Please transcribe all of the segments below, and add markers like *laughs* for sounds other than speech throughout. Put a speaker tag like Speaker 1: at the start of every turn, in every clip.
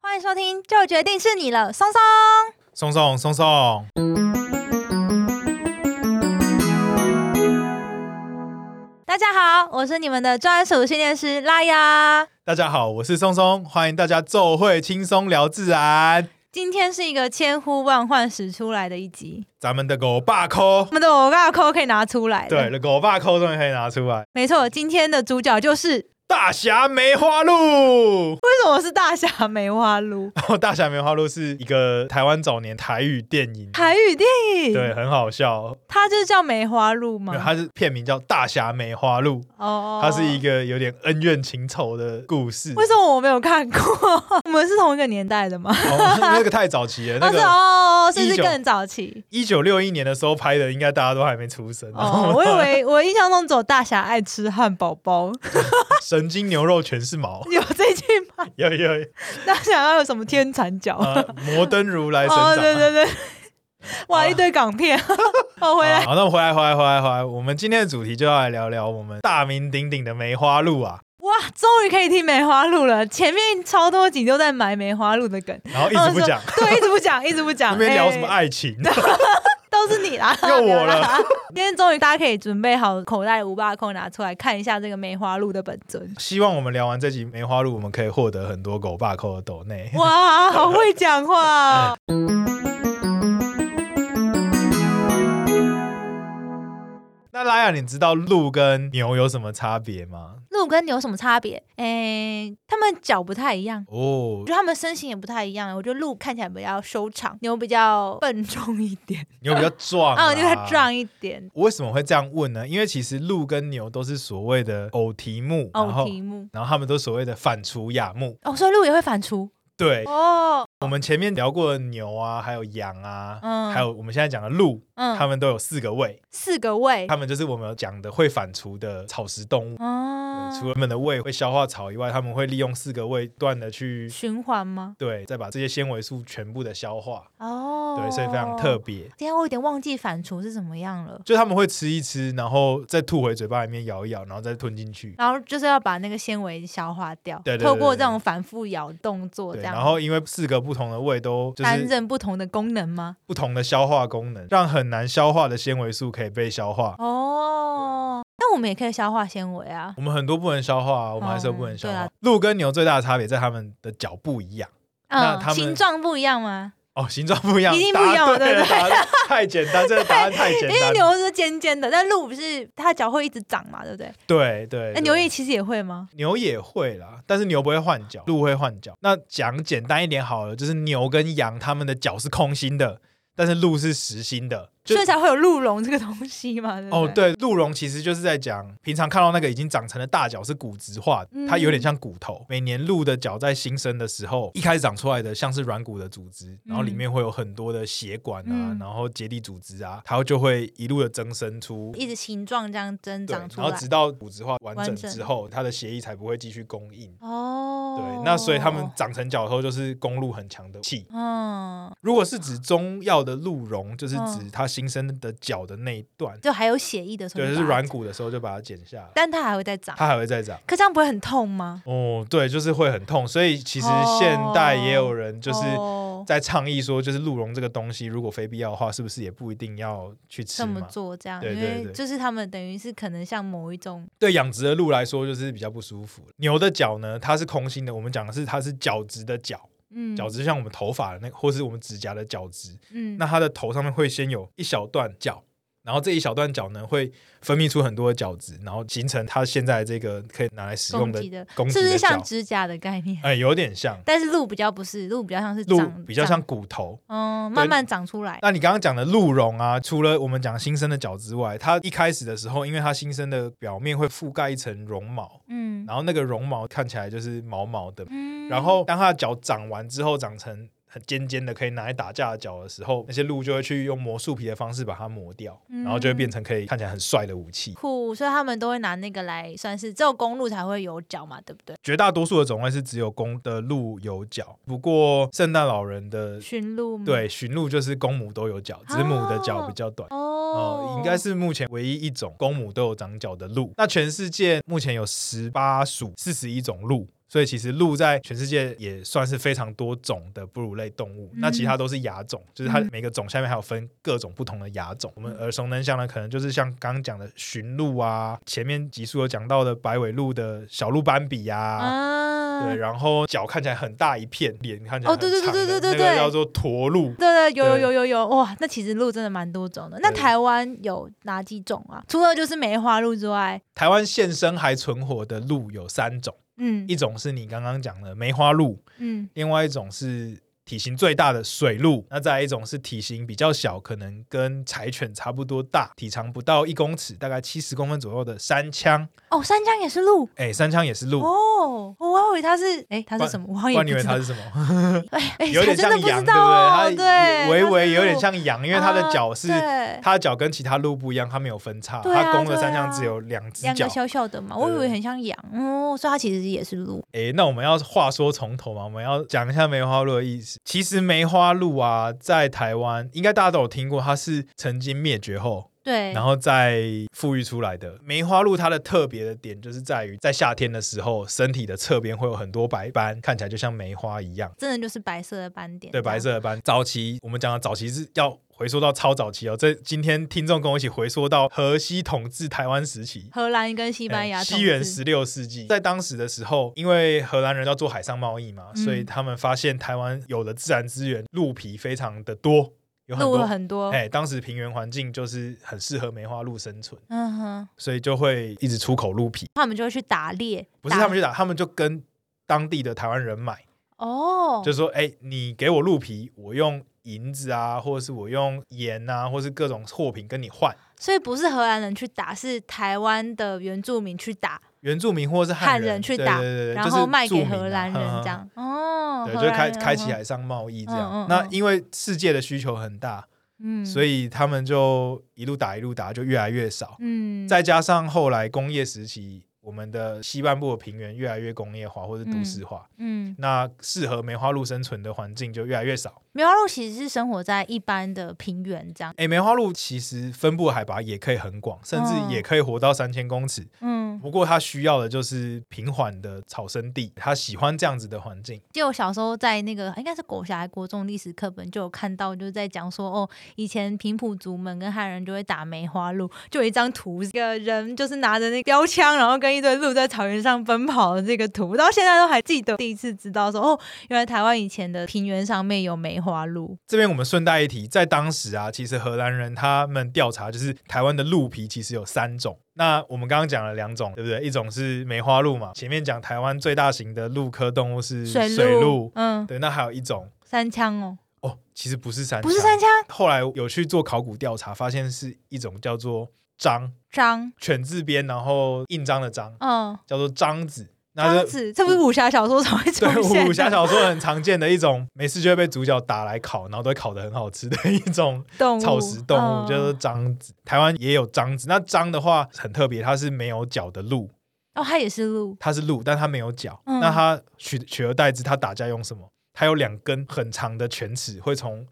Speaker 1: 欢迎收听，就决定是你了，松松。
Speaker 2: 松松松松，
Speaker 1: 大家好，我是你们的专属训练师拉雅。
Speaker 2: 大家好，我是松松，欢迎大家奏会轻松聊自然。
Speaker 1: 今天是一个千呼万唤始出来的一集，
Speaker 2: 咱们的狗爸抠
Speaker 1: 我，们的我爸扣可以拿出来。
Speaker 2: 对，，狗爸抠终于可以拿出来。
Speaker 1: 没错，今天的主角就是为
Speaker 2: 大侠梅花鹿，
Speaker 1: 什么是大侠梅花
Speaker 2: *laughs*
Speaker 1: 鹿？
Speaker 2: 大侠梅花鹿是一个台湾早年台语电影，
Speaker 1: 台语电影，
Speaker 2: 对，，很好笑。
Speaker 1: 它就是叫梅花鹿
Speaker 2: 没
Speaker 1: 吗
Speaker 2: 有？它是片名叫《大侠梅花鹿》，
Speaker 1: 哦
Speaker 2: 它是一个有点恩怨情仇的故事。
Speaker 1: 为什么我没有看过？ *laughs* 我们是同一个年代的吗？
Speaker 2: 哦？那个太早期了，那
Speaker 1: 哦，是
Speaker 2: 个
Speaker 1: 哦，甚至
Speaker 2: 19
Speaker 1: 更早
Speaker 2: *laughs*
Speaker 1: 期。
Speaker 2: 一九六一年的时候拍的，应该大家都还没出生。然
Speaker 1: 哦，
Speaker 2: 后
Speaker 1: 我以为 *laughs* 我印象中只有大侠爱吃汉堡包， *laughs*
Speaker 2: 神经牛肉全是毛， *laughs*
Speaker 1: 有这句吗？
Speaker 2: 有有有
Speaker 1: *laughs* 大侠要有什么天蚕角？
Speaker 2: 呃，摩登如来神掌、啊
Speaker 1: 哦，对对
Speaker 2: *laughs*
Speaker 1: 对，哇，一堆港片。 *laughs* 哦，回来，
Speaker 2: 啊好，那我们回来，回来，回来，回来。我们今天的主题就要来聊聊我们大名鼎鼎的梅花鹿啊，
Speaker 1: 哇，终于可以听梅花鹿了。前面超多集都在埋梅花鹿的梗，
Speaker 2: 然后一直不讲， *laughs*
Speaker 1: 对，一直不讲，一直不
Speaker 2: 那
Speaker 1: 讲。
Speaker 2: 边聊什么
Speaker 1: 哦哎
Speaker 2: 爱情，
Speaker 1: 都是你啦，
Speaker 2: *laughs* 又我了
Speaker 1: 没有啦。 *laughs* 今天终于大家可以准备好口袋五八扣拿出来看一下这个梅花鹿的本
Speaker 2: *laughs*
Speaker 1: 尊。
Speaker 2: *laughs* 希望我们聊完这集梅花鹿，我们可以获得很多狗爸扣的斗内。
Speaker 1: 哇，好会讲话、哦。
Speaker 2: *laughs* 哎那拉雅，你知道鹿跟牛有什么差别吗？
Speaker 1: 鹿跟牛有什么差别？诶、它们脚不太一样。
Speaker 2: 哦
Speaker 1: 我觉，得它们身形也不太一样，我觉得鹿看起来比较修长，牛比较笨重一点，
Speaker 2: 牛比较 *laughs* 壮
Speaker 1: 啊，牛比较
Speaker 2: 啦。
Speaker 1: 壮一点。
Speaker 2: 我为什么会这样问呢？因为其实鹿跟牛都是所谓的偶蹄目，然
Speaker 1: 哦，
Speaker 2: 后
Speaker 1: 题目
Speaker 2: 然后他们都所谓的反刍亚目。
Speaker 1: 哦，所以鹿也会反刍
Speaker 2: 对，
Speaker 1: 哦，
Speaker 2: 我们前面聊过的牛啊，还有羊啊，
Speaker 1: 嗯
Speaker 2: 还有我们现在讲的鹿，它
Speaker 1: 嗯，
Speaker 2: 们都有四个胃，
Speaker 1: 四个胃
Speaker 2: 它们就是我们讲的会反刍的草食动物。
Speaker 1: 哦，
Speaker 2: 除了它们的胃会消化草以外，它们会利用四个胃不断的去
Speaker 1: 循环吗？
Speaker 2: 对，再把这些纤维素全部的消化。
Speaker 1: 哦，
Speaker 2: 对，所以非常特。别。
Speaker 1: 今天啊我有点忘记反刍是怎么样了，
Speaker 2: 就它们会吃一吃，然后再吐回嘴巴里面咬一咬，然后再吞进去。
Speaker 1: 然后就是要把那个纤维消化掉，
Speaker 2: 对对对
Speaker 1: 透过
Speaker 2: 对
Speaker 1: 这种反复咬动作，
Speaker 2: 对，
Speaker 1: 这样
Speaker 2: 然后因为四个不同的胃都就
Speaker 1: 担
Speaker 2: 是
Speaker 1: 任不同的功能吗？
Speaker 2: 不同的消化功能，让很难消化的纤维素可以被消化。
Speaker 1: 哦，那我们也可以消化纤维啊。
Speaker 2: 我们很多不能消化、啊，我们还是有不能消
Speaker 1: 哦对
Speaker 2: 化。
Speaker 1: 啊
Speaker 2: 鹿跟牛最大的差别在它们的脚不一样那
Speaker 1: 嗯，
Speaker 2: 它们
Speaker 1: 形状不一样吗？
Speaker 2: 哦，形状不一样，
Speaker 1: 一定不一样
Speaker 2: 答对了，
Speaker 1: 对不对
Speaker 2: 答案太简单，这个答案太简
Speaker 1: *laughs* 因为
Speaker 2: 单。
Speaker 1: 牛是尖尖的，但鹿不是它脚会一直长嘛，对不对？
Speaker 2: 对对，
Speaker 1: 哎，
Speaker 2: 对
Speaker 1: 牛也其实也会吗？
Speaker 2: 牛也会啦，但是牛不会换脚，鹿会换脚。那讲简单一点好了，就是牛跟羊它们的脚是空心的，但是鹿是实心的。就
Speaker 1: 所以才会有鹿茸这个东西嘛。对不
Speaker 2: 哦，
Speaker 1: 对，
Speaker 2: 对，鹿茸其实就是在讲，平常看到那个已经长成的大脚是骨质化的，它
Speaker 1: 嗯
Speaker 2: 有点像骨头。每年鹿的脚在新生的时候，一开始长出来的像是软骨的组织，然后里面会有很多的血管啊，
Speaker 1: 嗯
Speaker 2: 然后结缔组织啊，它就会一路的增生出。
Speaker 1: 一直形状这样增
Speaker 2: 对，
Speaker 1: 长出
Speaker 2: 然后
Speaker 1: 来。
Speaker 2: 直到骨质化完
Speaker 1: 完
Speaker 2: 整
Speaker 1: 整
Speaker 2: 之后，它的血液才不会继续供应。
Speaker 1: 哦，
Speaker 2: 对，那所以它们长成脚后就是公鹿很强的气。
Speaker 1: 嗯，
Speaker 2: 如果是指中药的鹿茸，就是
Speaker 1: 嗯
Speaker 2: 指它新生的脚的那一段，
Speaker 1: 就还有血液的时候，
Speaker 2: 对，就是软，骨的时候就把它剪下来，
Speaker 1: 但它还会再长。
Speaker 2: 它还会再长。
Speaker 1: 可这样不会很痛吗？
Speaker 2: 哦，对，就是会很痛，所以其实现代也有人就是
Speaker 1: 哦
Speaker 2: 在倡议说，就是鹿茸这个东西，如果非必要的话，是不是也不一定要去吃
Speaker 1: 这么
Speaker 2: 嘛？
Speaker 1: 做这样，
Speaker 2: 对
Speaker 1: 因
Speaker 2: 对
Speaker 1: 为
Speaker 2: 对
Speaker 1: 就是他们等于是可能像某一种
Speaker 2: 对养殖的鹿来说，就是比较不舒服。牛的脚呢，它是空心的，我们讲的是它是角质的角，
Speaker 1: 嗯
Speaker 2: 角质像我们头发的那个，或是我们指甲的角质。
Speaker 1: 嗯
Speaker 2: 那它的头上面会先有一小段角，然后这一小段角呢会分泌出很多的角质，然后形成它现在这个可以拿来使用
Speaker 1: 攻
Speaker 2: 的
Speaker 1: 击的，
Speaker 2: 攻击
Speaker 1: 是不
Speaker 2: 的
Speaker 1: 是像
Speaker 2: 角。
Speaker 1: 指甲的概念？ *laughs*
Speaker 2: 哎、有点像
Speaker 1: 但是鹿比较不是，鹿比较像是
Speaker 2: 鹿，
Speaker 1: 长
Speaker 2: 比较
Speaker 1: 长
Speaker 2: 像骨头。
Speaker 1: 嗯，
Speaker 2: 对
Speaker 1: 慢慢长出来。
Speaker 2: 那你刚刚讲的鹿茸啊，除了我们讲新生的角之外，它一开始的时候，因为它新生的表面会覆盖一层绒毛，
Speaker 1: 嗯
Speaker 2: 然后那个绒毛看起来就是毛毛的。
Speaker 1: 嗯
Speaker 2: 然后当它的脚长完之后，长成很尖尖的，可以拿来打架的脚的时候，那些鹿就会去用磨树皮的方式把它磨掉，
Speaker 1: 嗯
Speaker 2: 然后就会变成可以看起来很帅的武器。
Speaker 1: 酷，所以他们都会拿那个来算是只有公鹿才会有角嘛，对不对？
Speaker 2: 绝大多数的种类是只有公的鹿有角，不过圣诞老人的
Speaker 1: 驯鹿吗
Speaker 2: 对驯鹿就是公母都有角，只是母的角比较短。
Speaker 1: 哦
Speaker 2: 哦，，应该是目前唯一一种公母都有长角的鹿。那全世界目前有十八属四十一种鹿，所以其实鹿在全世界也算是非常多种的哺乳类动物，那其他都是亚种，就是它
Speaker 1: 嗯
Speaker 2: 每个种下面还有分各种不同的亚种。我们耳熟能详的可能就是像刚刚讲的驯鹿啊，前面集数有讲到的白尾鹿的小鹿斑比呀、
Speaker 1: 啊，
Speaker 2: 对，然后脚看起来很大一片，脸看起来
Speaker 1: 哦
Speaker 2: 很
Speaker 1: 对对
Speaker 2: 长
Speaker 1: 对
Speaker 2: 的
Speaker 1: 对对对
Speaker 2: 那个
Speaker 1: 对
Speaker 2: 叫做驼鹿。
Speaker 1: 对对，有有
Speaker 2: 对
Speaker 1: 有有有，哇，那其实鹿真的蛮多种的。那
Speaker 2: 对
Speaker 1: 台湾有哪几种啊？除了就是梅花鹿之外，
Speaker 2: 台湾现生还存活的鹿有三种，
Speaker 1: 嗯
Speaker 2: 一种是你刚刚讲的梅花鹿，
Speaker 1: 嗯
Speaker 2: 另外一种是体型最大的水鹿，那再来一种是体型比较小，可能跟柴犬差不多大，体长不到一公尺，大概七十公分左右的山枪。
Speaker 1: 哦，三江也是鹿
Speaker 2: 哎、山枪也是鹿，
Speaker 1: 哦，我还以为它是哎它是
Speaker 2: 不然
Speaker 1: 什么，我好像
Speaker 2: 不
Speaker 1: 也不
Speaker 2: 然你以为
Speaker 1: 知
Speaker 2: 它
Speaker 1: 道
Speaker 2: 是。什么？
Speaker 1: 哎哎，
Speaker 2: *laughs* 有
Speaker 1: 还真
Speaker 2: 点像
Speaker 1: 的不
Speaker 2: 羊，
Speaker 1: 知
Speaker 2: 对
Speaker 1: 道
Speaker 2: 不
Speaker 1: 哦，
Speaker 2: 对？
Speaker 1: 对，
Speaker 2: 它微
Speaker 1: 它是
Speaker 2: 微有点
Speaker 1: 鹿。哦啊
Speaker 2: 像羊，因为它的脚是。
Speaker 1: 对
Speaker 2: 它的脚跟其他鹿不一样，它没有分叉，
Speaker 1: 对啊
Speaker 2: 它公的山
Speaker 1: 对啊
Speaker 2: 枪只有两只
Speaker 1: 两
Speaker 2: 脚
Speaker 1: 个。小小的嘛，
Speaker 2: 对
Speaker 1: 我以为
Speaker 2: 对
Speaker 1: 很像羊哦，所以它其实也是鹿。
Speaker 2: 诶，那我们要话说从头嘛，我们要讲一下梅花鹿的意思。其实梅花鹿啊，在台湾应该大家都有听过，它是曾经灭绝后，
Speaker 1: 对，
Speaker 2: 然后再富裕出来的。梅花鹿它的特别的点就是在于，在夏天的时候，身体的侧边会有很多白斑，看起来就像梅花一样。
Speaker 1: 真的就是白色的斑点。
Speaker 2: 对，白。色的斑。早期我们讲的早期是要回溯到超早期哦，这今天听众跟我一起回溯到荷西统治台湾时期。
Speaker 1: 荷兰跟西
Speaker 2: 西
Speaker 1: 班牙统治。
Speaker 2: 哎嗯西元十六世纪，在当时的时候，因为荷兰人要做海上贸易嘛，
Speaker 1: 嗯
Speaker 2: 所以他们发现台湾有的自然资源鹿皮非常的多，有很
Speaker 1: 鹿
Speaker 2: 多。
Speaker 1: 很多。
Speaker 2: 哎，当时平原环境就是很适合梅花鹿生存，
Speaker 1: 嗯哼，
Speaker 2: 所以就会一直出口鹿皮。
Speaker 1: 他们就会去打猎。
Speaker 2: 不是
Speaker 1: 打
Speaker 2: 他们去打，他们就跟当地的台湾人买，
Speaker 1: 哦，
Speaker 2: 就说：“哎、你给我鹿皮，我用银子啊，或者是我用盐啊，或是各种货品跟你换。
Speaker 1: 所以不是荷兰人去打，是台湾的原住民去打，
Speaker 2: 原住民或者是
Speaker 1: 汉
Speaker 2: 人
Speaker 1: 人去
Speaker 2: 对
Speaker 1: 打，
Speaker 2: 对对对
Speaker 1: 然
Speaker 2: 就是
Speaker 1: 后卖
Speaker 2: 住
Speaker 1: 给
Speaker 2: 民啊
Speaker 1: 荷兰人
Speaker 2: 哼哼
Speaker 1: 这
Speaker 2: *laughs*
Speaker 1: 样。哦，
Speaker 2: 对，
Speaker 1: 荷
Speaker 2: 就
Speaker 1: 兰
Speaker 2: 开
Speaker 1: 人
Speaker 2: 开启，海上贸易这样。
Speaker 1: 嗯嗯嗯
Speaker 2: 那因为世界的需求很大，
Speaker 1: 嗯，
Speaker 2: 所
Speaker 1: 以
Speaker 2: 以他们就一路打一路打，就越来越少。
Speaker 1: 嗯，
Speaker 2: 再加上后来工业时期，我们的西半部的平原越来越工业化或者都市化，
Speaker 1: 嗯，
Speaker 2: 那适合梅花鹿生存的环境就越来越少。
Speaker 1: 梅花鹿其实是生活在一般的平原这样，
Speaker 2: 诶，梅花鹿其实分布的海拔也可以很广，甚至
Speaker 1: 嗯
Speaker 2: 也可以活到三千公尺。
Speaker 1: 嗯，
Speaker 2: 不过它需要的就是平缓的草生地，它喜欢这样子的环境。
Speaker 1: 记得我小时候在那个应该是国小还国中历史课本就有看到，就是在讲说哦，以前平埔族们跟汉人就会打梅花鹿，就有一张图，一个人就是拿着那个标枪，然后跟一堆鹿在草原上奔跑的这个图，到现在都还记得。第一次知道说哦，原来台湾以前的平原上面有梅花鹿，
Speaker 2: 这边我们顺带一提，在当时啊，其实荷兰人他们调查，就是台湾的鹿皮其实有三种。那我们刚刚讲了两种，对不对？一种是梅花鹿嘛，前面讲台湾最大型的鹿科动物是
Speaker 1: 水
Speaker 2: 鹿，
Speaker 1: 嗯，
Speaker 2: 对，那还有一种
Speaker 1: 三枪哦，
Speaker 2: 哦，其实不是山羌，
Speaker 1: 不是三枪，
Speaker 2: 后来有去做考古调查，发现是一种叫做章，
Speaker 1: 张，
Speaker 2: 犬字边，然后印章的章，
Speaker 1: 嗯，
Speaker 2: 叫做章子。那
Speaker 1: 张
Speaker 2: 是
Speaker 1: 子，这不是武侠小说才会出
Speaker 2: 对
Speaker 1: 现的，
Speaker 2: 武侠小说很常见的一种，没事就会被主角打来烤，然后都会烤的很好吃的一种
Speaker 1: 动物
Speaker 2: 草食动
Speaker 1: 嗯
Speaker 2: 物，就是獐子。台湾也有獐子，那獐的话很特别，它是没有脚的鹿，
Speaker 1: 哦，它也是鹿，
Speaker 2: 它是鹿，但它没有脚。
Speaker 1: 嗯
Speaker 2: 那它取取而代之，它打架用什么？它有两根很长的犬齿，会从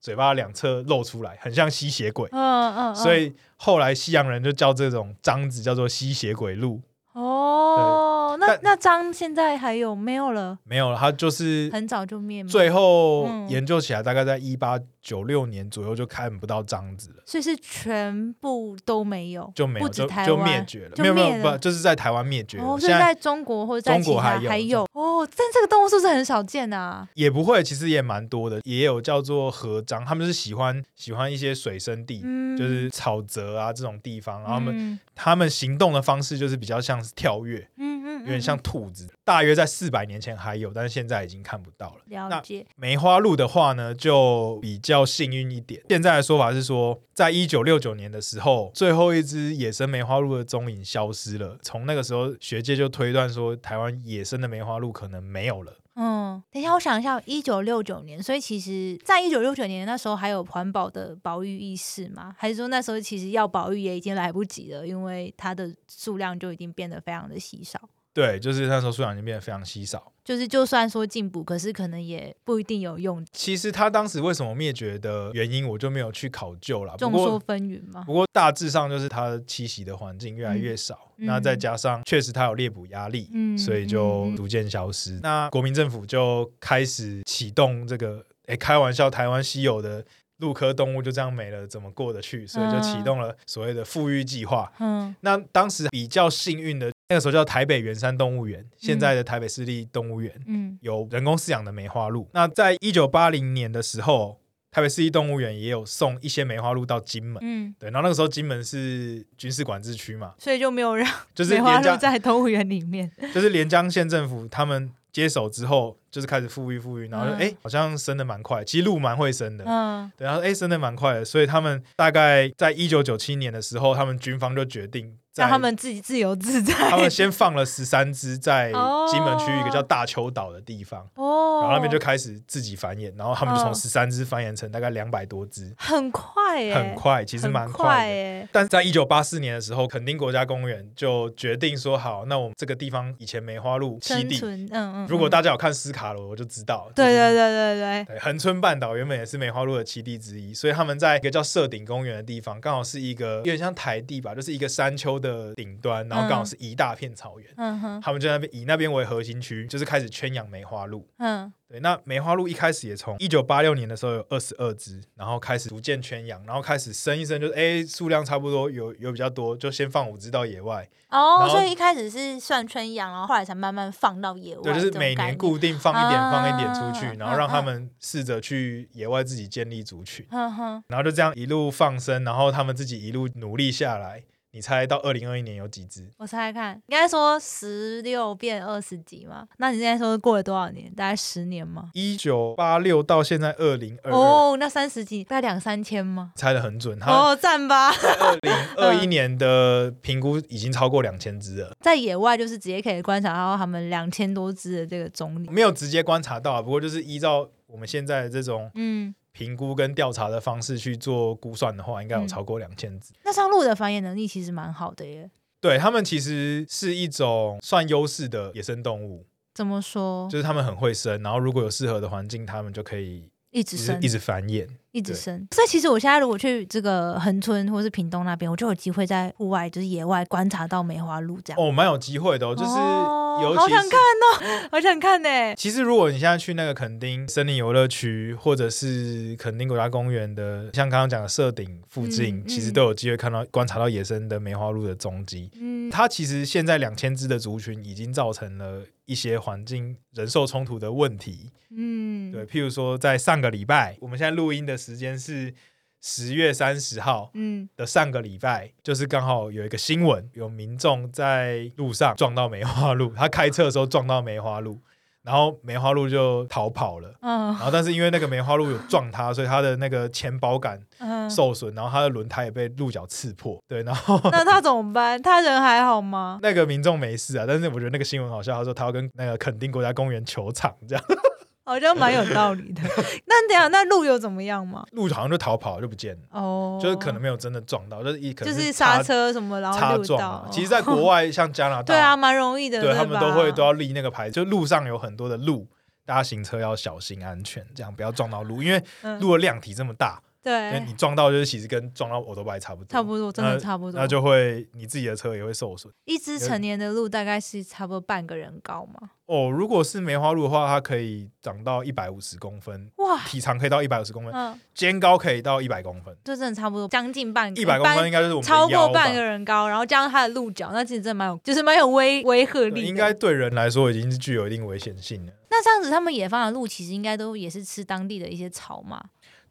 Speaker 2: 嘴巴两侧露出来，很像吸血鬼。
Speaker 1: 嗯嗯，嗯
Speaker 2: 所以后来西洋人就叫这种獐子叫做吸血鬼鹿，
Speaker 1: 哦，那
Speaker 2: 但
Speaker 1: 那张现在还有没有了？
Speaker 2: 没有了，它就是
Speaker 1: 很早就灭吗？
Speaker 2: 最后
Speaker 1: 嗯
Speaker 2: 研究起来，大概在一八九六年左右就看不到獐子了，
Speaker 1: 所以是全部都没有，
Speaker 2: 就没有
Speaker 1: 不止
Speaker 2: 就
Speaker 1: 台湾
Speaker 2: 就灭绝了，
Speaker 1: 就
Speaker 2: 没有没
Speaker 1: 灭
Speaker 2: 有
Speaker 1: 了
Speaker 2: 不就是在台湾灭绝
Speaker 1: 哦，
Speaker 2: 了，
Speaker 1: 所
Speaker 2: 现
Speaker 1: 以在
Speaker 2: 在
Speaker 1: 中国或者在其
Speaker 2: 中国
Speaker 1: 他
Speaker 2: 还有
Speaker 1: 还有哦，但这个动物是不是很少见啊？
Speaker 2: 也不会，其实也蛮多的，也有叫做河章，他们是喜欢喜欢一些水生地。
Speaker 1: 嗯，
Speaker 2: 就是草泽啊这种地方，然后他们、
Speaker 1: 嗯
Speaker 2: 他们行动的方式就是比较像是跳跃，
Speaker 1: 嗯嗯，
Speaker 2: 有点像
Speaker 1: 嗯
Speaker 2: 兔子。大约在四百年前还有，但是现在已经看不到了。
Speaker 1: 嗯了解，
Speaker 2: 梅花鹿的话呢，就比较幸运一点。现在的说法是说，在一九六九年的时候，最后一只野生梅花鹿的踪影消失了。从那个时候，学界就推断说，台湾野生的梅花鹿可能没有了。
Speaker 1: 嗯，等一下，我想一下，一九六九年，所以其实在一九六九年那时候还有环保的保育意识吗？还是说那时候其实要保育也已经来不及了，因为它的数量就已经变得非常的稀少？
Speaker 2: 对，就是那时候素养已经变得非常稀少。
Speaker 1: 就是就算说进补，可是可能也不一定有用，
Speaker 2: 其实他当时为什么灭绝的原因，我就没有去考究了。不
Speaker 1: 众
Speaker 2: 过
Speaker 1: 说纷纭嘛。
Speaker 2: 不过大致上就是它栖息的环境越来越少，
Speaker 1: 嗯
Speaker 2: 那再加上确实它有猎捕压力，
Speaker 1: 嗯
Speaker 2: 所以就
Speaker 1: 嗯嗯
Speaker 2: 逐渐消失。那国民政府就开始启动这个，哎，开玩笑，台湾稀有的鹿科动物就这样没了，怎么过得去？所以就启动了所谓的富裕计划。
Speaker 1: 嗯
Speaker 2: 那当时比较幸运的，那个时候叫台北圆山动物园，现在的台北市立动物园。
Speaker 1: 嗯
Speaker 2: 有人工饲养的梅花鹿。那在一九八零年的时候，台北市立动物园也有送一些梅花鹿到金门。
Speaker 1: 嗯，
Speaker 2: 对，然后那个时候金门是军事管制区嘛，
Speaker 1: 所以就没有让
Speaker 2: 就是
Speaker 1: 梅花
Speaker 2: 连
Speaker 1: 鹿
Speaker 2: 江，
Speaker 1: 在动物园里
Speaker 2: *laughs*
Speaker 1: 面。
Speaker 2: 就是连江县政府他们接手之后，就是开始富裕富裕，然后就
Speaker 1: 嗯
Speaker 2: 哎、诶好像生的蛮快，其实鹿蛮会生的，
Speaker 1: 嗯
Speaker 2: 对，然后哎、诶生的蛮快的，所以他们大概在一九九七年的时候，他们军方就决定在
Speaker 1: 让他们自己自由自在。
Speaker 2: 他们先放了十三只在
Speaker 1: 哦
Speaker 2: 金门区一个叫大丘岛的地方，
Speaker 1: 哦，
Speaker 2: 然后那边就开始自己繁衍，然后他们就从
Speaker 1: 嗯
Speaker 2: 十三只繁衍成大概两百多只，
Speaker 1: 很快耶，
Speaker 2: 很快，其实
Speaker 1: 很
Speaker 2: 蛮
Speaker 1: 快
Speaker 2: 快的。
Speaker 1: 耶。
Speaker 2: 但是在一九八四年的时候，垦丁国家公园就决定说，好，那我们这个地方以前梅花鹿栖
Speaker 1: 生
Speaker 2: 地，
Speaker 1: 存，嗯嗯。
Speaker 2: 如果
Speaker 1: 嗯
Speaker 2: 大家有看斯卡罗，我就知道，
Speaker 1: 对对
Speaker 2: 就
Speaker 1: 对
Speaker 2: 是。
Speaker 1: 对对，
Speaker 2: 对，恒春半岛原本也是梅花鹿的栖地之一，所以他们在一个叫社顶公园的地方，刚好是一个有点像台地吧，就是一个山丘的顶端，然后刚好
Speaker 1: 嗯
Speaker 2: 是一大片草原，
Speaker 1: 嗯哼
Speaker 2: 他们就在那边以那边为核心区，就是开始圈养梅花鹿。
Speaker 1: 嗯
Speaker 2: 对，那梅花鹿一开始也从一九八六年的时候有二十二只，然后开始逐渐圈养，然后开始生一生就是哎数量差不多有有比较多，就先放五只到野外，然
Speaker 1: 哦，
Speaker 2: 后
Speaker 1: 所以一开始是算圈养，然后后来才慢慢放到野外，
Speaker 2: 对，就是每年固定放一点、
Speaker 1: 啊
Speaker 2: 放一点出去，然后让
Speaker 1: 嗯嗯
Speaker 2: 他们试着去野外自己建立族群，
Speaker 1: 嗯哼，
Speaker 2: 然后就这样一路放生，然后他们自己一路努力下来，你猜到二零二一年有几只？
Speaker 1: 我猜猜看，应该说十六变二十几嘛？那你现在说过了多少年？大概十年吗？
Speaker 2: 一九八六到现在二零二二，
Speaker 1: 哦，那三十几大概两三千吗？
Speaker 2: 猜的很准，他
Speaker 1: 哦，赞吧！ *laughs*
Speaker 2: 二零二一年的评估已经超过两千只了。
Speaker 1: 在野外就是直接可以观察到他们两千多只的这个种类。
Speaker 2: 没有直接观察到啊，不过就是依照我们现在的这种
Speaker 1: 嗯，
Speaker 2: 评估跟调查的方式去做估算的话，应该有
Speaker 1: 嗯
Speaker 2: 超过两千只。
Speaker 1: 那上路的繁衍能力其实蛮好的耶。
Speaker 2: 对它们其实是一种算优势的野生动物，
Speaker 1: 怎么说？
Speaker 2: 就是它们很会生，然后如果有适合的环境，它们就可以
Speaker 1: 一
Speaker 2: 一
Speaker 1: 直
Speaker 2: 直
Speaker 1: 生
Speaker 2: 一，直繁衍。
Speaker 1: 一直
Speaker 2: 对
Speaker 1: 生。所以其实我现在如果去这个恒春或是屏东那边，我就有机会在户外就是野外观察到梅花鹿这样。
Speaker 2: 哦，蛮有机会的、哦，就是
Speaker 1: 哦
Speaker 2: 尤
Speaker 1: 好
Speaker 2: 其
Speaker 1: 想
Speaker 2: 是
Speaker 1: 看哦，好想看呢、
Speaker 2: 其实，如果你现在去那个垦丁森林游乐区，或者是垦丁国家公园的，像刚刚讲的社顶附近，
Speaker 1: 嗯嗯
Speaker 2: 其实都有机会看到观察到野生的梅花鹿的踪迹。
Speaker 1: 嗯，
Speaker 2: 它其实现在两千只的族群已经造成了一些环境人兽冲突的问题。
Speaker 1: 嗯，
Speaker 2: 对，，譬如说在上个礼拜，我们现在录音的时间是十月三十号
Speaker 1: 嗯，
Speaker 2: 的上个礼拜，就是刚好有一个新闻，有民众在路上撞到梅花鹿，他开车的时候撞到梅花鹿，然后梅花鹿就逃跑了。
Speaker 1: 嗯
Speaker 2: 然后，但是因为那个梅花鹿有撞它，所以它的那个前保杆
Speaker 1: 嗯，
Speaker 2: 受损，然后它的轮胎也被鹿角刺破。对，然后
Speaker 1: *laughs* 那他怎么办？他人还好吗？
Speaker 2: 那个民众没事啊，但是我觉得那个新闻好笑，他说他要跟那个垦丁国家公园球场这样， *laughs*
Speaker 1: 好像蛮有道理的。那等一下，那鹿有怎么样吗？
Speaker 2: 鹿好像就逃跑就不见了，
Speaker 1: 哦，
Speaker 2: 就是可能没有真的撞到，就是一可
Speaker 1: 就
Speaker 2: 能
Speaker 1: 是
Speaker 2: 擦
Speaker 1: 刹车什么，然后
Speaker 2: 擦
Speaker 1: 鹿
Speaker 2: 撞
Speaker 1: 到
Speaker 2: 啊。。其实，在国外像加拿
Speaker 1: *laughs*
Speaker 2: 大，
Speaker 1: 对啊，，蛮容易的，
Speaker 2: 对他们都会都
Speaker 1: 要
Speaker 2: 要立那个牌子，就路上有很多的鹿，大家行车要小心安全，这样不要撞到鹿，因为
Speaker 1: 嗯
Speaker 2: 鹿的量体这么大，因为
Speaker 1: 对
Speaker 2: 你，撞到就是其实跟撞到我都白差不多，
Speaker 1: 哎差不多，真
Speaker 2: 那
Speaker 1: 的差不多
Speaker 2: 那。就会你自己的车也会受损。
Speaker 1: 一只成年的鹿大概是差不多半个人高嘛。
Speaker 2: 哦，如果是梅花鹿的话，它可以长到一百五十公分， *laughs*
Speaker 1: 哇，
Speaker 2: 体长可以到一百五十公分，
Speaker 1: 嗯，
Speaker 2: 肩高可以到一百公分，
Speaker 1: 就真的差不多，将近半
Speaker 2: 一百公分应该就是我们的
Speaker 1: 超过
Speaker 2: 腰吧
Speaker 1: 半个人高，然后加上它的鹿角，那其实真的蛮有，就是蛮有威威吓
Speaker 2: 对
Speaker 1: 力的。
Speaker 2: 应该对人来说已经是具有一定危险性了。
Speaker 1: 那这样子，他们野放的鹿其实应该都也是吃当地的一些草嘛，，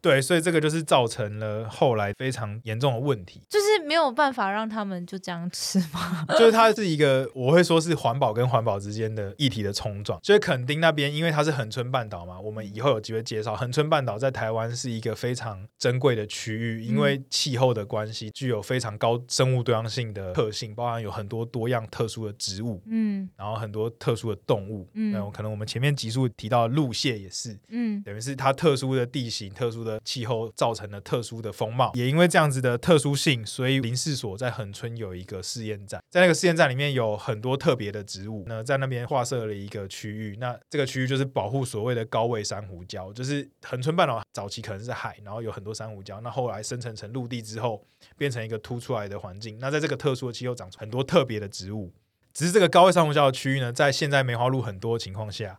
Speaker 2: 对，所以这个就是造成了后来非常严重的问题
Speaker 1: 就是没有办法让他们就这样吃嘛。
Speaker 2: 就是它是一个我会说是环保跟环保之间的议题的的冲撞。所以垦丁那边，因为它是恒春半岛嘛，我们以后有机会介绍恒春半岛在台湾是一个非常珍贵的区域，因
Speaker 1: 嗯
Speaker 2: 为气候的关系，具有非常高生物多样性的特性，包含有很多多样特殊的植物，
Speaker 1: *laughs* 嗯
Speaker 2: 然后很多特殊的动物。
Speaker 1: 嗯
Speaker 2: 嗯，可能我们前面集数提到的鹿蟹也是，
Speaker 1: 嗯
Speaker 2: 等于是它特殊的地形、特殊的气候造成了特殊的风貌。也因为这样子的特殊性，所以林试所在恒春有一个试验站，在那个试验站里面有很多特别的植物，那在那边划设了一个区域。那这个区域就是保护所谓的高位珊瑚礁，就是恒春半岛早期可能是海，然后有很多珊瑚礁，那后来生成成陆地之后，变成一个凸出来的环境。那在这个特殊的气候，长出很多特别的植物。只是这个高位珊瑚礁的区域呢，在现在梅花鹿很多情况下，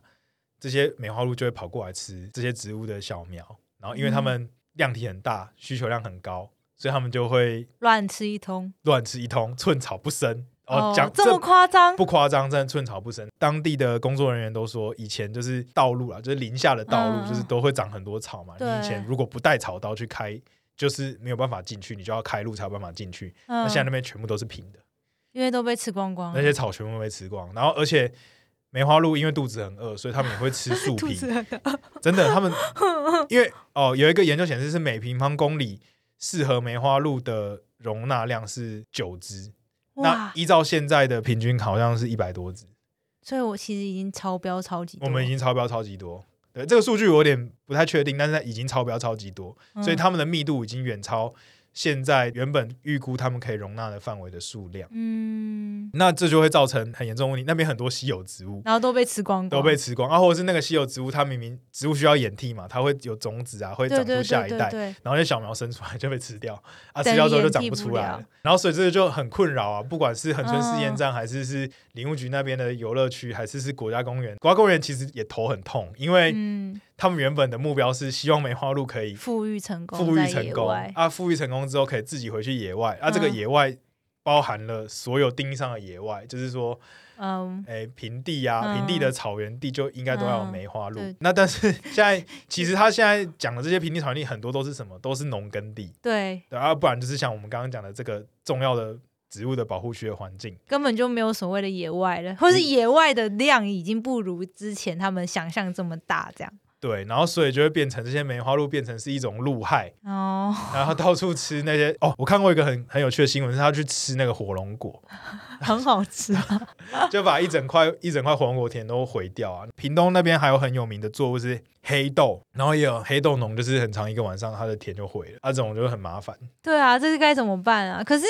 Speaker 2: 这些梅花鹿就会跑过来吃这些植物的小苗，然后因为它们量体很大，需求量很高，所以它们就会
Speaker 1: 乱吃一通。
Speaker 2: 乱吃一通，寸草不生。
Speaker 1: 哦，
Speaker 2: 讲
Speaker 1: 这么夸张，
Speaker 2: 不夸张，真的寸草不生。当地的工作人员都说，以前就是道路啦，就是林下的道
Speaker 1: 嗯
Speaker 2: 路，就是都会长很多草嘛。你
Speaker 1: 对
Speaker 2: 以前如果不带草刀去开，就是没有办法进去，你就要开路才有办法进去。那
Speaker 1: 嗯，
Speaker 2: 现在那边全部都是平的。
Speaker 1: 因为都被吃光光
Speaker 2: 那
Speaker 1: 了， *laughs*
Speaker 2: 些草全部被吃光。然后，而且梅花鹿因为肚子很饿，所以它们也会吃树
Speaker 1: *laughs* 肚
Speaker 2: 皮。
Speaker 1: 子嗯很饿
Speaker 2: 真的，
Speaker 1: *laughs*
Speaker 2: 它们因为哦，有一个研究显示是每平方公里适合梅花鹿的容纳量是九只。那
Speaker 1: 哇！
Speaker 2: 依照现在的平均，好像是一百多只。
Speaker 1: 所以我其实已经超标超级多，哦
Speaker 2: 我们已经超标超级多。对这个数据我有点不太确定，但是它已经超标超级多，
Speaker 1: 嗯
Speaker 2: 所以它们的密度已经远超现在原本预估它们可以容纳的范围的数量。
Speaker 1: 嗯，
Speaker 2: 那这就会造成很严重的问题，那边很多稀有植物，
Speaker 1: 然后都被吃光光，
Speaker 2: 都被吃光啊，或者是那个稀有植物，它明明植物需要掩替嘛，它会有种子啊，会长
Speaker 1: 对
Speaker 2: 出
Speaker 1: 对
Speaker 2: 下
Speaker 1: 对
Speaker 2: 一
Speaker 1: 对
Speaker 2: 代，
Speaker 1: 对，
Speaker 2: 然后那小苗生出来就被吃掉啊，
Speaker 1: 等
Speaker 2: 吃
Speaker 1: 于
Speaker 2: 掉之后就
Speaker 1: 掩
Speaker 2: 长
Speaker 1: 替
Speaker 2: 不
Speaker 1: 不
Speaker 2: 出来
Speaker 1: 了
Speaker 2: 了，然后所以这个就很困扰啊，不管是恒春试验
Speaker 1: 嗯
Speaker 2: 站，还是是林务局那边的游乐区，还是是国家公园，国家公园其实也头很痛，因为
Speaker 1: 嗯，
Speaker 2: 他们原本的目标是希望梅花鹿可以
Speaker 1: 富裕成功，
Speaker 2: 富裕
Speaker 1: 在
Speaker 2: 成
Speaker 1: 野
Speaker 2: 功
Speaker 1: 外，
Speaker 2: 啊，富裕成功之后可以自己回去野外啊，这个
Speaker 1: 嗯
Speaker 2: 野外包含了所有定义上的野外，就是说。
Speaker 1: 嗯，
Speaker 2: 诶平地啊，
Speaker 1: 嗯
Speaker 2: 平地的草原地就应该都要有
Speaker 1: 嗯
Speaker 2: 梅花鹿。
Speaker 1: 对
Speaker 2: 那但是现在，其实他现在讲的这些平地草原地很多都是什么？都是农耕地，
Speaker 1: 对，
Speaker 2: 对啊，不然就是像我们刚刚讲的这个重要的植物的保护区的环境。
Speaker 1: 根本就没有所谓的野外了，或是
Speaker 2: 嗯
Speaker 1: 野外的量已经不如之前他们想象这么大，这样
Speaker 2: 对，然后所以就会变成这些梅花鹿变成是一种鹿害，
Speaker 1: 哦， *laughs*
Speaker 2: 然后到处吃那些哦，我看过一个很很有趣的新闻，是他去吃那个火龙果，
Speaker 1: 很好吃啊，
Speaker 2: 就把一整块一整块火龙果田都毁掉啊。屏东那边还有很有名的作物是黑豆，然后也有黑豆农，就是很长一个晚上他的田就毁了，啊，这种就很麻烦。
Speaker 1: 对啊，这是该怎么办啊？可是。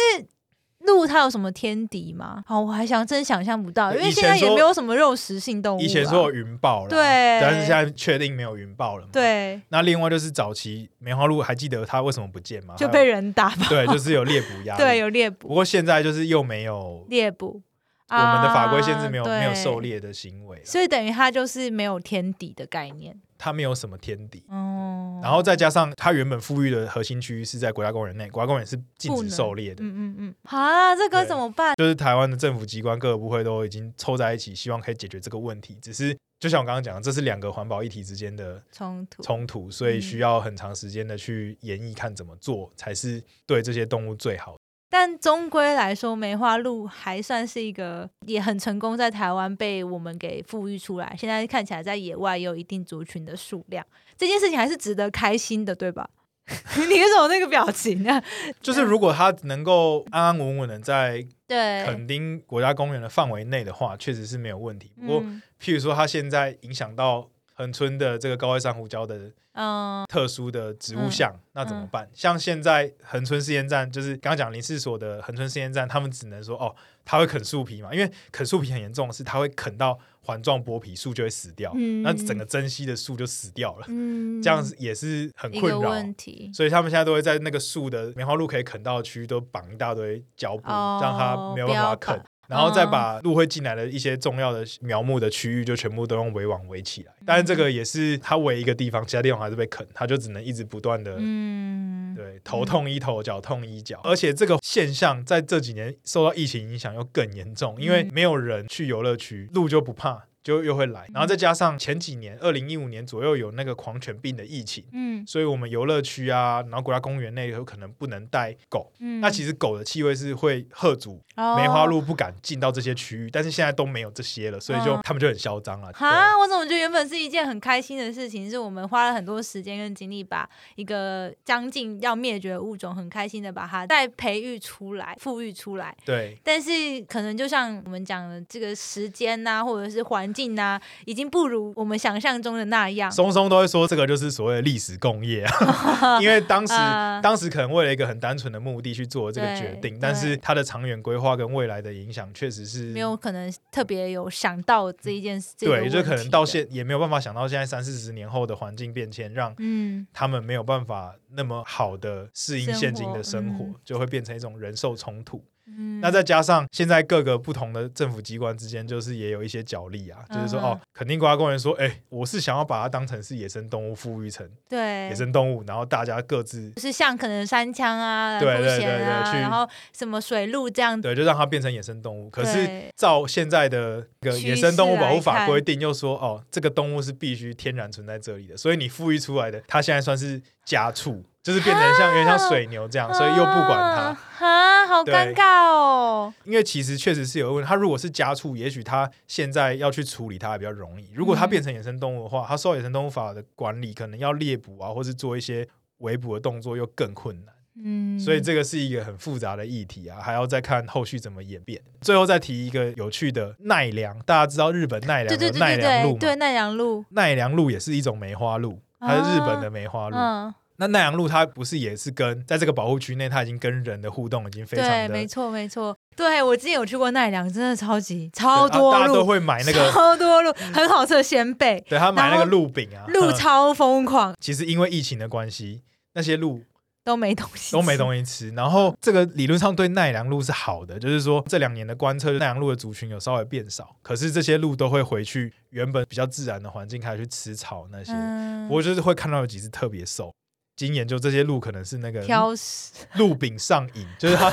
Speaker 1: 鹿它有什么天敌吗？哦好，我还想真想象不到，因
Speaker 2: 对
Speaker 1: 为
Speaker 2: 以前
Speaker 1: 现在也
Speaker 2: 说
Speaker 1: 没有什么肉食性动物啊。
Speaker 2: 以前说有云豹了，
Speaker 1: 对
Speaker 2: 但是现在确定没有云豹了。，
Speaker 1: 对，
Speaker 2: 那另外就是早期梅花鹿，还记得它为什么不见吗？
Speaker 1: *laughs* 就被人打吧。
Speaker 2: 它有对，就是有猎捕啊 *laughs* 压力。
Speaker 1: 对，有猎
Speaker 2: 不
Speaker 1: 捕，
Speaker 2: 过现在就是又没有
Speaker 1: 猎捕。
Speaker 2: 我们的法规限制，没有
Speaker 1: 啊
Speaker 2: 没有狩，
Speaker 1: 对
Speaker 2: 猎的行为啦，
Speaker 1: 所以等于它就是没有天敌的概念。
Speaker 2: 它没有什么天敌。
Speaker 1: 哦，
Speaker 2: 然后再加上它原本富裕的核心区域是在国家公园内，国家公园是禁
Speaker 1: 不
Speaker 2: 止
Speaker 1: 能
Speaker 2: 狩猎的。
Speaker 1: 嗯嗯嗯，啊，这该
Speaker 2: 对
Speaker 1: 怎么办？
Speaker 2: 就是台湾的政府机关各个部会都已经凑在一起，希望可以解决这个问题。只是就像我刚刚讲的，这是两个环保议题之间的
Speaker 1: 冲突。嗯
Speaker 2: 冲突，所以需要很长时间的去演绎，看怎么做才是对这些动物最好的。
Speaker 1: 但终归来说，梅花鹿还算是一个也很成功，在台湾被我们给富裕出来。现在看起来，在野外也有一定族群的数量，这件事情还是值得开心的，对吧？ *laughs* 你为什么那个表情啊？ *laughs*
Speaker 2: 就是如果它能够安安稳稳的在
Speaker 1: 对，
Speaker 2: 垦丁国家公园的范围内的话，确实是没有问题。不过，
Speaker 1: 嗯
Speaker 2: 譬如说它现在影响到恒春的这个高位珊瑚礁的
Speaker 1: 嗯
Speaker 2: 特殊的植物像，那怎么
Speaker 1: 嗯
Speaker 2: 办？像现在恒春试验站，就是刚刚讲林试所的恒春试验站，他们只能说哦，它会啃树皮嘛，因为啃树皮很严重，是它会啃到环状剥皮，树就会死掉，
Speaker 1: 嗯
Speaker 2: 那整个珍稀的树就死掉了，
Speaker 1: 嗯
Speaker 2: 这样子也是很
Speaker 1: 一
Speaker 2: 困
Speaker 1: 个
Speaker 2: 扰。
Speaker 1: 问题。
Speaker 2: 所以他们现在都会在那个树的梅花鹿可以啃到的区域都绑一大堆胶布，
Speaker 1: 哦
Speaker 2: 让它没有办
Speaker 1: 不
Speaker 2: 法
Speaker 1: 要
Speaker 2: 啃
Speaker 1: 绑。
Speaker 2: 然后再把鹿会进来的一些重要的苗木的区域，就全部都用围网围起
Speaker 1: 嗯
Speaker 2: 来。但是这个也是它围一个地方，其他地方还是被啃，它就只能一直不断的
Speaker 1: 嗯，
Speaker 2: 呃对头痛医头，脚痛医脚。而且这个现象在这几年受到疫情影响又更严重，因为
Speaker 1: 嗯
Speaker 2: 没有人去游乐区，鹿就不怕，就又会来。然后再加上前几年，二零一五年左右有那个狂犬病的疫情，
Speaker 1: 嗯
Speaker 2: 所以我们游乐区啊，然后国家公园内有可能不能带狗。
Speaker 1: 嗯哦
Speaker 2: 那其实狗的气味是会吓阻梅花鹿不敢进到这些区域，但是现在都没有这些了，所以就
Speaker 1: 嗯
Speaker 2: 他们就很嚣张 *laughs* 了。对
Speaker 1: 哈，我怎么觉得原本是一件很开心的事情，是我们花了很多时间跟精力，把一个将近要灭绝的物种，很开心的把它再培育出来、富裕出来。
Speaker 2: 对，
Speaker 1: 但是可能就像我们讲的，这个时间呐、或者是环境呐、已经不如我们想象中的那样。
Speaker 2: 松松都会说这个就是所谓的历史工业，
Speaker 1: *laughs*
Speaker 2: 因为当时、
Speaker 1: 啊
Speaker 2: 当时可能为了一个很单纯的目的去做这个决
Speaker 1: 对
Speaker 2: 定
Speaker 1: 对，
Speaker 2: 但是它的长远规划跟未来的影响确实是
Speaker 1: 没有可能特别有想到这一件事，这个
Speaker 2: 对，就
Speaker 1: 问
Speaker 2: 可能
Speaker 1: 题啊
Speaker 2: 到
Speaker 1: 的，
Speaker 2: 现也没有办法想到现在三四十年后的环境变迁，让
Speaker 1: 嗯，
Speaker 2: 他们没有办法那么好的适应
Speaker 1: 生
Speaker 2: 现今的
Speaker 1: 活
Speaker 2: 生活，
Speaker 1: 嗯
Speaker 2: 就会变成一种人兽冲突。
Speaker 1: 嗯
Speaker 2: 那再加上现在各个不同的政府机关之间，就是也有一些角力啊，就是说
Speaker 1: 嗯哼
Speaker 2: 哦，肯定国家公园说，哎、我是想要把它当成是野生动物富裕成
Speaker 1: 对
Speaker 2: 野。生动物，然后大家
Speaker 1: *laughs*
Speaker 2: 各自
Speaker 1: 就是像可能山枪啊、
Speaker 2: 对
Speaker 1: 蓝
Speaker 2: 对
Speaker 1: 腹鹇
Speaker 2: 对
Speaker 1: 啊，
Speaker 2: 对去
Speaker 1: 然后什么水鹿这样子，
Speaker 2: 对，就让它变成野生动物。可是
Speaker 1: 对
Speaker 2: 照现在的那个
Speaker 1: 趋
Speaker 2: 野生动物
Speaker 1: 势
Speaker 2: 保护
Speaker 1: 来
Speaker 2: 法
Speaker 1: 看
Speaker 2: 规定，又说哦，这个动物是必须天然存在这里的，所以你富裕出来的，它现在算是家畜，就是变成像有点像水牛这样，所以又不管它
Speaker 1: 啊。，啊好
Speaker 2: 对
Speaker 1: 尴尬哦。
Speaker 2: 因为其实确实是有问题，它如果是家畜，也许它现在要去处理它还比较容易。如果它
Speaker 1: 嗯
Speaker 2: 变成野生动物的话，它受野生动物法的管理，可能要猎捕啊，或是做一些围捕的动作又更困难。
Speaker 1: 嗯，
Speaker 2: 所以这个是一个很复杂的议题啊，还要再看后续怎么演变。最后再提一个有趣的奈良，大家知道日本奈
Speaker 1: 对
Speaker 2: 良
Speaker 1: 对
Speaker 2: 有
Speaker 1: 对
Speaker 2: 奈
Speaker 1: 对
Speaker 2: 良
Speaker 1: 对
Speaker 2: 鹿吗？
Speaker 1: 对啊奈良鹿，
Speaker 2: 奈良鹿也是一种梅花鹿，它是日本的梅花鹿。
Speaker 1: 嗯，
Speaker 2: 那奈良鹿它不是也是跟在这个保护区内，它已经跟人的互动已经非常
Speaker 1: 对，
Speaker 2: 的
Speaker 1: 没
Speaker 2: 对
Speaker 1: 错没错。对我之前有去过奈良，真的超级超
Speaker 2: 啊
Speaker 1: 多
Speaker 2: 大家都
Speaker 1: 鹿，
Speaker 2: 会买那个，
Speaker 1: 超多鹿，很好吃的鲜贝，
Speaker 2: 对他买那
Speaker 1: 然
Speaker 2: 个
Speaker 1: 后
Speaker 2: 鹿饼啊，
Speaker 1: 鹿
Speaker 2: 嗯
Speaker 1: 超疯狂，
Speaker 2: 其实因为疫情的关系，那些鹿
Speaker 1: 都没东西，
Speaker 2: 都没。东西吃。然后这个理论上对奈良鹿是好的，就是说这两年的观测，奈良鹿的族群有稍微变少，可是这些鹿都会回去原本比较自然的环境，开始去吃草那些。
Speaker 1: 嗯
Speaker 2: 不，过就是会看到有几只特别瘦。经研究这些鹿可能是那个
Speaker 1: 挑食，
Speaker 2: 鹿饼上瘾，就是
Speaker 1: *laughs*
Speaker 2: 它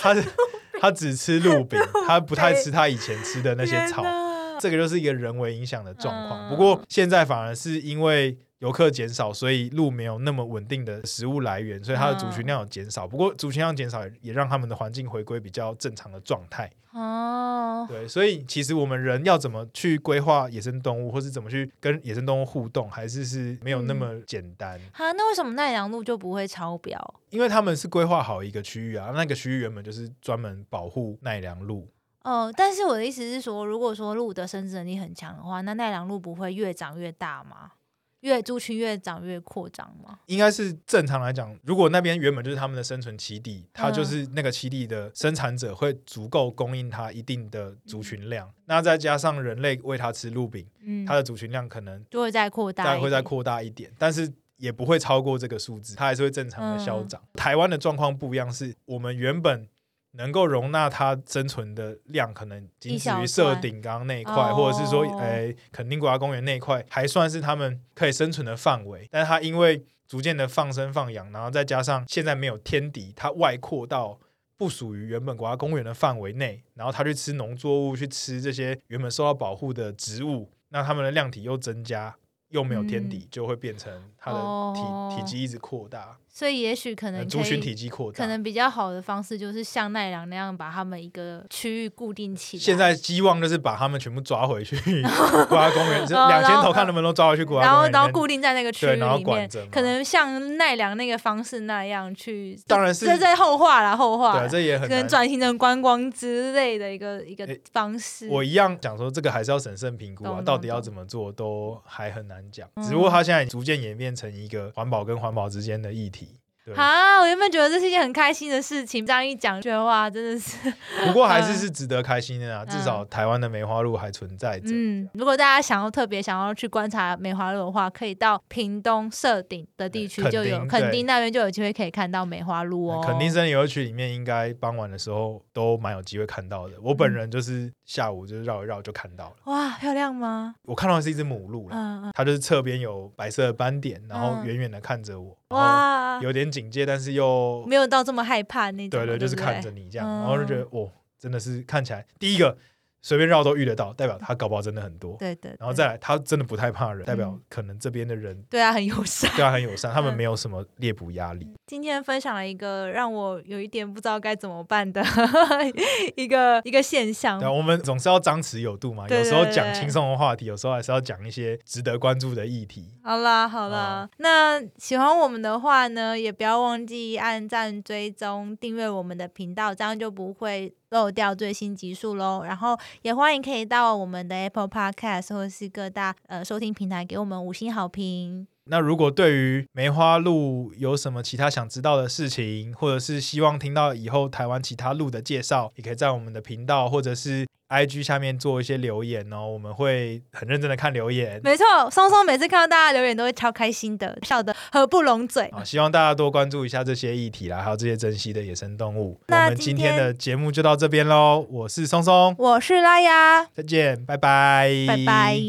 Speaker 2: 它是它只吃鹿饼，它不太吃它以前吃的那些草。
Speaker 1: 天哪
Speaker 2: 这个就是一个人为影响的状
Speaker 1: 嗯
Speaker 2: 况。不过现在反而是因为游客减少，所以鹿没有那么稳定的食物来源，所以它的族
Speaker 1: 嗯
Speaker 2: 群量有减少。不过族群量减少也也让它们的环境回归比较正常的状态。
Speaker 1: 哦，
Speaker 2: 对，所以其实我们人要怎么去规划野生动物，或是怎么去跟野生动物互动，还是是没有那
Speaker 1: 嗯
Speaker 2: 么简单，
Speaker 1: 哈，那为什么奈良鹿就不会超标？
Speaker 2: 因为他们是规划好一个区域啊，那个区域原本就是专门保护奈良鹿。
Speaker 1: 哦，但是我的意思是说，如果说鹿的生殖能力很强的话，那奈良鹿不会越长越大吗？越族群越长越扩张吗？
Speaker 2: 应该是正常来讲，如果那边原本就是他们的生存栖地，它
Speaker 1: 嗯
Speaker 2: 就是那个栖地的生产者会足够供应它一定的族群量，那再加上人类喂它吃鹿饼，
Speaker 1: 嗯
Speaker 2: 它，的族群量可能
Speaker 1: 就会再扩大
Speaker 2: 再
Speaker 1: 一点，
Speaker 2: 会再扩大一点，但是。也不会超过这个数字，它还是会正常的
Speaker 1: 嗯
Speaker 2: 消长。台湾的状况不一样，是我们原本能够容纳它生存的量，可能仅止于
Speaker 1: 一小
Speaker 2: 设
Speaker 1: 段
Speaker 2: 顶缸那一块，
Speaker 1: 哦
Speaker 2: 或者是说，哎、垦丁国家公园那一块，还算是他们可以生存的范围。但它因为逐渐的放生放养，然后再加上现在没有天敌，它外扩到不属于原本国家公园的范围内，然后它去吃农作物，去吃这些原本受到保护的植物，那它们的量体又增加，又没有天敌，就会变成它的体、
Speaker 1: 嗯哦
Speaker 2: 体积一直扩大，
Speaker 1: 所以也许可
Speaker 2: 呃
Speaker 1: 能
Speaker 2: 族
Speaker 1: 可
Speaker 2: 群
Speaker 1: 以，
Speaker 2: 体积扩
Speaker 1: 可
Speaker 2: 大。
Speaker 1: 能比较好的方式就是像奈良那样，把它们一个区域固定起来。
Speaker 2: 现在希望就是把它们全部抓回去 *laughs* 国家公
Speaker 1: *laughs*
Speaker 2: 园，
Speaker 1: 哦
Speaker 2: 两千
Speaker 1: 然后
Speaker 2: 头看能不能抓回去国家
Speaker 1: 然
Speaker 2: 啊公
Speaker 1: 后
Speaker 2: 园里面。
Speaker 1: 然后固定在那个区域
Speaker 2: 对然后
Speaker 1: 里
Speaker 2: 管
Speaker 1: 面
Speaker 2: 着嘛，
Speaker 1: 可能像奈良那个方式那样去，
Speaker 2: 当然是
Speaker 1: 这在后话啦，后话
Speaker 2: 对啊，
Speaker 1: 啦，
Speaker 2: 这也很
Speaker 1: 可
Speaker 2: 难
Speaker 1: 能转型成观光之类的一个一个
Speaker 2: 诶
Speaker 1: 方式。
Speaker 2: 我一样讲说，这个还是要审慎评估啊，
Speaker 1: 懂
Speaker 2: 到
Speaker 1: 懂
Speaker 2: 底要
Speaker 1: 懂
Speaker 2: 怎么做都还很难讲。
Speaker 1: 嗯
Speaker 2: 只不过它现在逐渐演变成一个环保跟环保之间的议题。
Speaker 1: *laughs*
Speaker 2: 对，
Speaker 1: 啊，我原本觉得这是一件很开心的事情，这样一讲，觉得哇，真的
Speaker 2: *laughs*
Speaker 1: 是，
Speaker 2: 不过还是是值得开心的啊，
Speaker 1: 嗯
Speaker 2: 至少台湾的梅花鹿还存在着。
Speaker 1: 嗯，如果大家想要特别想要去观察梅花鹿的话，可以到屏东社顶的地区
Speaker 2: 对
Speaker 1: 就有，
Speaker 2: 垦丁
Speaker 1: 垦
Speaker 2: 对
Speaker 1: 丁那边就有机会可以看到梅花鹿哦。
Speaker 2: 肯定森林游乐区里面应该傍晚的时候都蛮有机会看到的。我本
Speaker 1: 嗯
Speaker 2: 人就是下午就是绕一绕就看到了，
Speaker 1: 哇，漂亮吗？
Speaker 2: 我看到的是一只母鹿啦，
Speaker 1: 嗯嗯，
Speaker 2: 它就是侧边有白色的斑点，然后
Speaker 1: 嗯
Speaker 2: 远远的看着我，然
Speaker 1: 哇
Speaker 2: 后，有点警戒，但是又
Speaker 1: 没有到这么害怕那种，
Speaker 2: 对
Speaker 1: 对嗯
Speaker 2: 对，
Speaker 1: 不
Speaker 2: 就是看着你这样，然后就觉得哦，真的是看起来，第一个随便绕都遇得到，代表他搞不好真的很多。
Speaker 1: 对对，
Speaker 2: 然后
Speaker 1: 对
Speaker 2: 再来，他真的不太怕人，代表
Speaker 1: 嗯
Speaker 2: 可能这边的人
Speaker 1: 对啊，很友
Speaker 2: *laughs*
Speaker 1: 善。
Speaker 2: 对他很友善，他们
Speaker 1: 嗯
Speaker 2: 没有什么猎捕压力。
Speaker 1: 今天分享了一个让我有一点不知道该怎么办的 *laughs* 一个一个现象
Speaker 2: 对、啊，。我们总是要张弛有度嘛，
Speaker 1: 对
Speaker 2: 有时候
Speaker 1: 对
Speaker 2: 讲
Speaker 1: 对
Speaker 2: 轻松的话题，有时候还是要讲一些值得关注的议题。
Speaker 1: 好啦，好啦，那喜欢我们的话呢，也不要忘记按赞、追踪、订阅我们的频道，这样就不会漏掉最新集数喽。然后也欢迎可以到我们的 Apple Podcast 或是各大呃收听平台给我们五星好评。
Speaker 2: 那如果对于梅花鹿有什么其他想知道的事情，或者是希望听到以后台湾其他鹿的介绍，也可以在我们的频道或者是 IG 下面做一些留言哦，我们会很认真的看留言。
Speaker 1: 没错，松松每次看到大家留言都会超开心的，笑得合不拢嘴。
Speaker 2: 啊，希望大家多关注一下这些议题啦，还有这些珍稀的野生动物。我
Speaker 1: 那
Speaker 2: 们
Speaker 1: 今
Speaker 2: 今
Speaker 1: 天
Speaker 2: 天的节目就到这边喽，我是松松，
Speaker 1: 我是拉雅，
Speaker 2: 再见，拜拜，
Speaker 1: 拜拜。